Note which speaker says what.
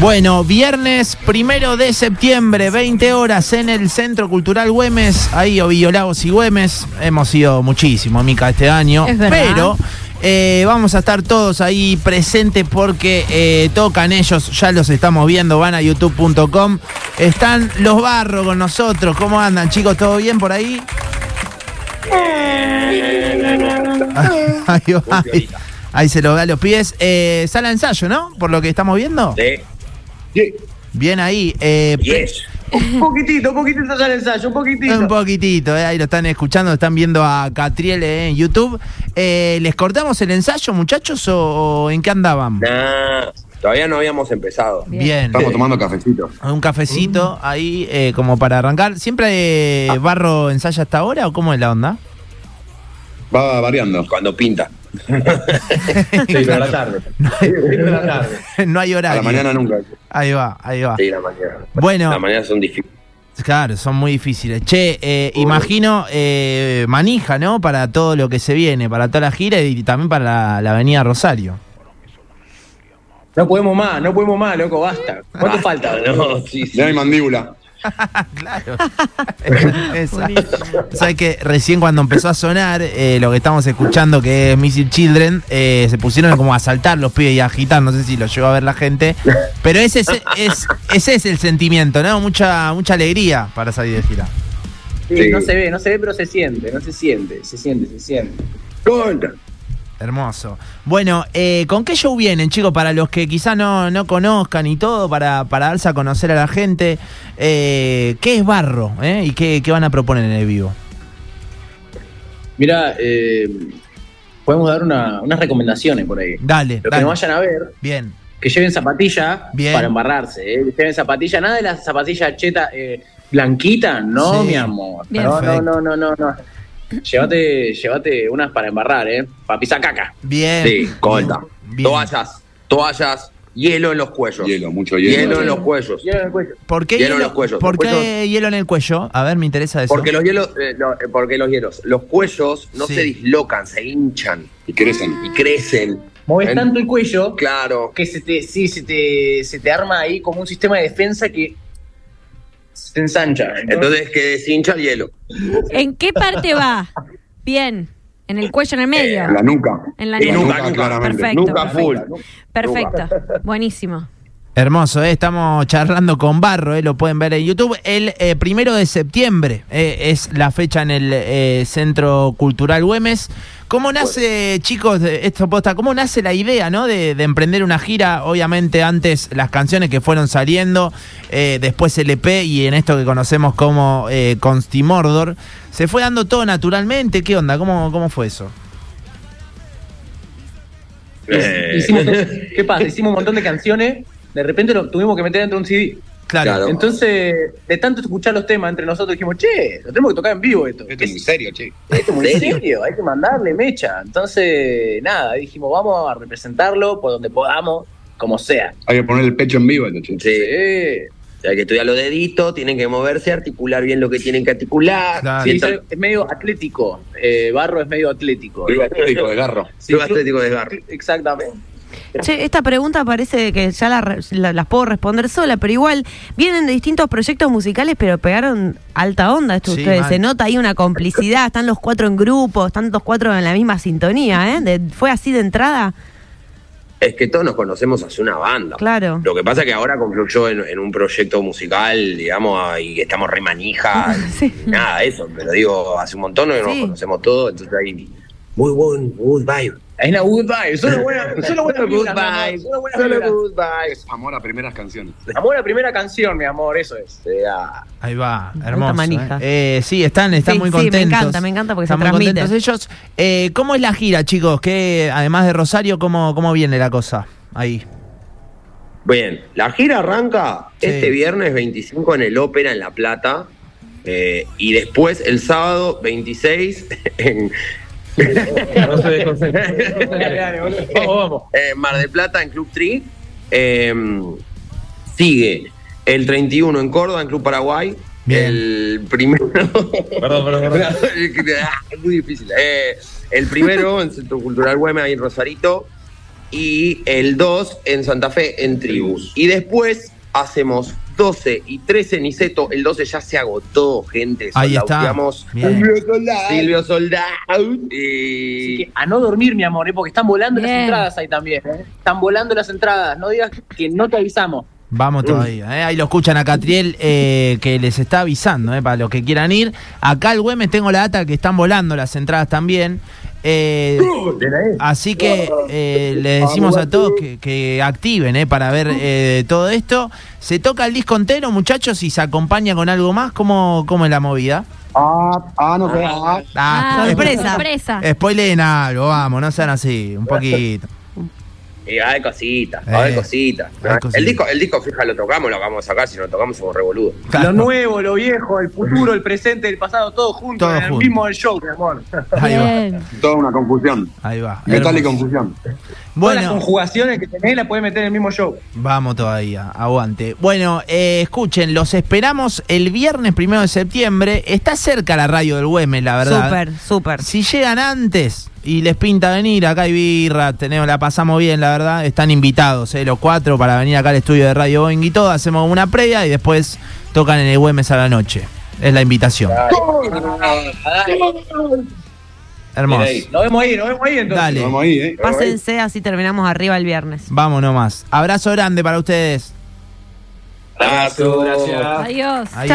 Speaker 1: Bueno, viernes primero de septiembre, 20 horas en el Centro Cultural Güemes, ahí Ovidio Lagos y Güemes. Hemos ido muchísimo, Mica, este año.
Speaker 2: Es verdad.
Speaker 1: Pero eh, vamos a estar todos ahí presentes porque eh, tocan ellos, ya los estamos viendo, van a youtube.com. Están los barros con nosotros. ¿Cómo andan, chicos? ¿Todo bien por ahí? ahí, va, ahí- ahí se lo ve a los pies. Eh, sala de ensayo, ¿no? Por lo que estamos viendo.
Speaker 3: Sí.
Speaker 4: Sí,
Speaker 1: Bien ahí. eh,
Speaker 3: Yes.
Speaker 4: Un poquitito, un poquitito sale el ensayo, un poquitito.
Speaker 1: Un poquitito, eh, ahí lo están escuchando, lo están viendo a Catriel eh, en YouTube. Eh, ¿Les cortamos el ensayo, muchachos, o, o en qué andaban?
Speaker 3: Nah, todavía no habíamos empezado.
Speaker 1: Bien.
Speaker 5: Estamos tomando cafecito.
Speaker 1: Un cafecito ahí eh, como para arrancar. ¿Siempre eh,
Speaker 5: Ah.
Speaker 1: Barro ensaya hasta ahora o cómo es la onda?
Speaker 5: Va variando.
Speaker 3: Cuando pinta.
Speaker 4: Seis de la tarde. Seis de la tarde.
Speaker 1: no hay
Speaker 5: A
Speaker 1: horario.
Speaker 5: la mañana nunca.
Speaker 1: Ahí va, ahí va.
Speaker 3: Sí, la mañana.
Speaker 1: Bueno.
Speaker 3: Las mañanas son difíciles.
Speaker 1: Claro, son muy difíciles. Che, eh, imagino eh, manija, ¿no? Para todo lo que se viene, para toda la gira y también para la, la Avenida Rosario.
Speaker 4: No podemos más, no podemos más, loco, basta. ¿Cuánto
Speaker 1: Ah,
Speaker 4: falta?
Speaker 3: Ah, No, sí, sí.
Speaker 5: Ya hay mandíbula.
Speaker 1: Claro. Esa. Sabes que recién cuando empezó a sonar eh, lo que estamos escuchando, que es Missile Children, eh, se pusieron como a saltar los pibes y a agitar. No sé si lo llegó a ver la gente. Pero ese es, es- ese es el sentimiento, ¿no? Mucha, mucha alegría para salir de gira.
Speaker 4: Sí,
Speaker 3: Sí.
Speaker 4: No se ve, no se ve, pero se siente, no se siente, se siente, se siente.
Speaker 3: Contra.
Speaker 1: Hermoso. Bueno, eh, ¿con qué show vienen, chicos? Para los que quizá no, no conozcan y todo, para, para darse a conocer a la gente, eh, ¿qué es Barro? eh? ¿Y qué, qué van a proponer en el vivo?
Speaker 4: Mira, eh, podemos dar una- unas recomendaciones por ahí.
Speaker 1: Dale,
Speaker 4: Los que
Speaker 1: dale.
Speaker 4: no vayan a ver,
Speaker 1: Bien.
Speaker 4: que lleven zapatilla
Speaker 1: Bien.
Speaker 4: para embarrarse, ¿eh? Que lleven zapatilla, nada de las zapatillas cheta eh, blanquita, no,
Speaker 1: Sí.
Speaker 4: mi amor.
Speaker 2: Bien.
Speaker 4: No, no,
Speaker 1: Perfecto.
Speaker 4: no, no, no, no. Llévate, llévate unas para embarrar, ¿eh? Para pisar caca.
Speaker 1: Bien.
Speaker 3: Sí, contra.
Speaker 1: Bien.
Speaker 3: Toallas, toallas, hielo en los cuellos.
Speaker 5: Hielo, mucho
Speaker 3: Hielo
Speaker 5: hielo.
Speaker 3: en los cuellos.
Speaker 4: Hielo en el cuello.
Speaker 1: ¿Por qué
Speaker 3: Hielo en los cuellos,
Speaker 1: por
Speaker 3: los
Speaker 1: qué hielo en el cuello? A ver, me interesa eso.
Speaker 3: Porque los hielos, eh, no, eh, porque los hielos, los cuellos no
Speaker 1: Sí.
Speaker 3: se dislocan, se hinchan
Speaker 5: Y crecen.
Speaker 3: y crecen.
Speaker 4: Mueves
Speaker 3: En-
Speaker 4: tanto el cuello
Speaker 3: Claro.
Speaker 4: que se te, sí, se te, se te arma ahí como un sistema de defensa que se ensancha. Entonces,
Speaker 3: Entonces que deshincha el hielo.
Speaker 2: ¿En qué parte va? Bien. ¿En el cuello, en el medio?
Speaker 5: Eh, La nuca.
Speaker 2: En la
Speaker 3: Y
Speaker 2: nuca.
Speaker 3: nuca, nuca.
Speaker 5: claramente.
Speaker 2: Perfecto,
Speaker 5: nuca full.
Speaker 2: perfecto. Perfecto. Buenísimo.
Speaker 1: Hermoso, eh, estamos charlando con Barro, eh, lo pueden ver en YouTube. El eh, primero de septiembre eh, es la fecha en el eh, Centro Cultural Güemes. ¿Cómo nace, chicos, de esto posta, cómo nace la idea ¿no? de, de emprender una gira? Obviamente antes las canciones que fueron saliendo, eh, después el EP y en esto que conocemos como eh, Consti Mordor. ¿Se fue dando todo naturalmente? ¿Qué onda? ¿Cómo, cómo fue eso?
Speaker 3: Eh,
Speaker 4: hicimos, ¿Qué pasa? Hicimos un montón de canciones, de repente lo tuvimos que meter dentro de un CD.
Speaker 3: Claro.
Speaker 4: Entonces, de tanto escuchar los temas entre nosotros, dijimos, che, lo tenemos que tocar en vivo esto.
Speaker 5: Esto es muy serio, che.
Speaker 4: Esto es muy serio, hay que mandarle mecha. Entonces, nada, dijimos, vamos a representarlo por donde podamos, como sea.
Speaker 5: Hay que poner el pecho en vivo, esto, che.
Speaker 3: sí. O sea, hay que estudiar los deditos, tienen que moverse, articular bien lo que tienen que articular.
Speaker 1: Claro.
Speaker 4: Sí,
Speaker 3: Sientan-
Speaker 4: es es medio atlético. eh, Barro es medio atlético.
Speaker 5: Vivo atlético de garro.
Speaker 4: Sí,
Speaker 3: Club
Speaker 4: club-
Speaker 3: Atlético de Garro.
Speaker 4: Exactamente.
Speaker 6: Che, esta pregunta parece que ya la re- la- las puedo responder sola, pero igual vienen de distintos proyectos musicales, pero pegaron alta onda esto
Speaker 1: Sí,
Speaker 6: ustedes.
Speaker 1: mal.
Speaker 6: Se nota ahí una complicidad, están los cuatro en grupo, están los cuatro en la misma sintonía, ¿eh? De- ¿Fue así de entrada?
Speaker 3: Es que todos nos conocemos hace una banda.
Speaker 6: Claro.
Speaker 3: Lo que pasa es que ahora confluyó en, en un proyecto musical, digamos, ah, y estamos re manija. y
Speaker 6: Sí.
Speaker 3: Nada, eso, pero digo, hace un montón que nos
Speaker 6: Sí.
Speaker 3: conocemos todos, entonces hay muy buen, good vibe.
Speaker 4: Es una good vibe, solo buena, solo buena
Speaker 3: Good
Speaker 4: vibra, no, no,
Speaker 3: vibes,
Speaker 4: solo buena
Speaker 3: solo
Speaker 4: vibra.
Speaker 3: good vibes.
Speaker 5: Amor a primeras canciones.
Speaker 4: Amor la primera canción, mi amor, eso es.
Speaker 3: O sea,
Speaker 1: Ahí va,
Speaker 6: Me
Speaker 1: hermoso.
Speaker 6: gusta manija.
Speaker 1: ¿eh? Eh, sí, están, están
Speaker 6: Sí,
Speaker 1: muy
Speaker 6: sí, me
Speaker 1: contentos.
Speaker 6: encanta, me encanta porque se
Speaker 1: están muy
Speaker 6: transmite.
Speaker 1: contentos ellos. Eh, ¿Cómo es la gira, chicos? Que además de Rosario, ¿cómo, cómo viene la cosa? Ahí.
Speaker 3: Bien, la gira arranca
Speaker 1: Sí.
Speaker 3: este viernes 25 en el Ópera en La Plata eh, y después el sábado 26 en,
Speaker 4: Dale, dale, boludo. Vamos, vamos.
Speaker 3: Eh, Mar del Plata en Club Tri. Eh, sigue el 31 en Córdoba, en Club Paraguay.
Speaker 1: Bien.
Speaker 3: El primero.
Speaker 7: Perdón, perdón, perdón.
Speaker 3: Eh, Ah, es muy difícil. Eh, el primero en Centro Cultural Güemes, ahí en Rosarito. y el 2 en Santa Fe en Tribus. Y después hacemos 12 y 13 en Niceto. El 12 ya se agotó, gente.
Speaker 1: Ahí está.
Speaker 3: Solauteamos.
Speaker 1: Bien.
Speaker 3: Silvio Soldado.
Speaker 4: Así
Speaker 3: Y
Speaker 4: que a no dormir, mi amor, ¿eh? porque están volando
Speaker 2: Bien.
Speaker 4: las entradas ahí también. ¿eh? Están volando las entradas. No digas que no te avisamos.
Speaker 1: Vamos todavía. ¿eh? Ahí lo escuchan a Catriel eh, que les está avisando ¿eh? para los que quieran ir. Acá el Güemes tengo la data que están volando las entradas también. Eh, así que eh, le decimos a todos que, que activen ¿eh? para ver eh, todo esto. ¿Se toca el disco entero, muchachos, y se acompaña con algo más? ¿Cómo, cómo es la movida?
Speaker 5: Ah, ah, no, que- ah.
Speaker 1: Ah,
Speaker 6: sorpresa.
Speaker 2: Sorpresa.
Speaker 1: spo- Spoileen algo, vamos, no sean así, un poquito.
Speaker 3: Eh, hay cositas, hay
Speaker 1: Eh,
Speaker 3: cositas.
Speaker 1: hay cositas.
Speaker 3: El disco, el disco, fija, lo tocamos, lo acabamos de sacar. Si no lo tocamos, somos revoludos.
Speaker 1: Claro.
Speaker 4: Lo nuevo, lo viejo, el futuro, el presente, el pasado, todo junto,
Speaker 1: Todo
Speaker 4: en el
Speaker 1: junto.
Speaker 4: mismo show, mi amor.
Speaker 1: Ahí va,
Speaker 2: Bien.
Speaker 5: Toda una confusión.
Speaker 1: ahí va.
Speaker 5: ¿Qué tal y
Speaker 1: hermoso.
Speaker 5: confusión?
Speaker 4: Todas las
Speaker 1: Bueno,
Speaker 4: conjugaciones que tenés las podés meter en el mismo show.
Speaker 1: Vamos todavía, aguante. Bueno, eh, escuchen, los esperamos el viernes primero de septiembre. Está cerca la radio del Güemes, la verdad.
Speaker 6: Súper, súper.
Speaker 1: Si llegan antes y les pinta venir, acá hay birra, tenemos, la pasamos bien, la verdad. Están invitados, eh, los cuatro, para venir acá al estudio de Radio Boeing y todo. Hacemos una previa y después tocan en el Güemes a la noche. Es la invitación. Hermoso.
Speaker 3: Mira ahí.
Speaker 4: Nos vemos ahí, nos vemos ahí entonces.
Speaker 1: Dale.
Speaker 5: Vamos ahí, ¿eh?
Speaker 6: Pásense así terminamos arriba el viernes.
Speaker 1: Vamos nomás. Abrazo grande para ustedes.
Speaker 3: Abrazo, gracias.
Speaker 2: Adiós.
Speaker 1: Ahí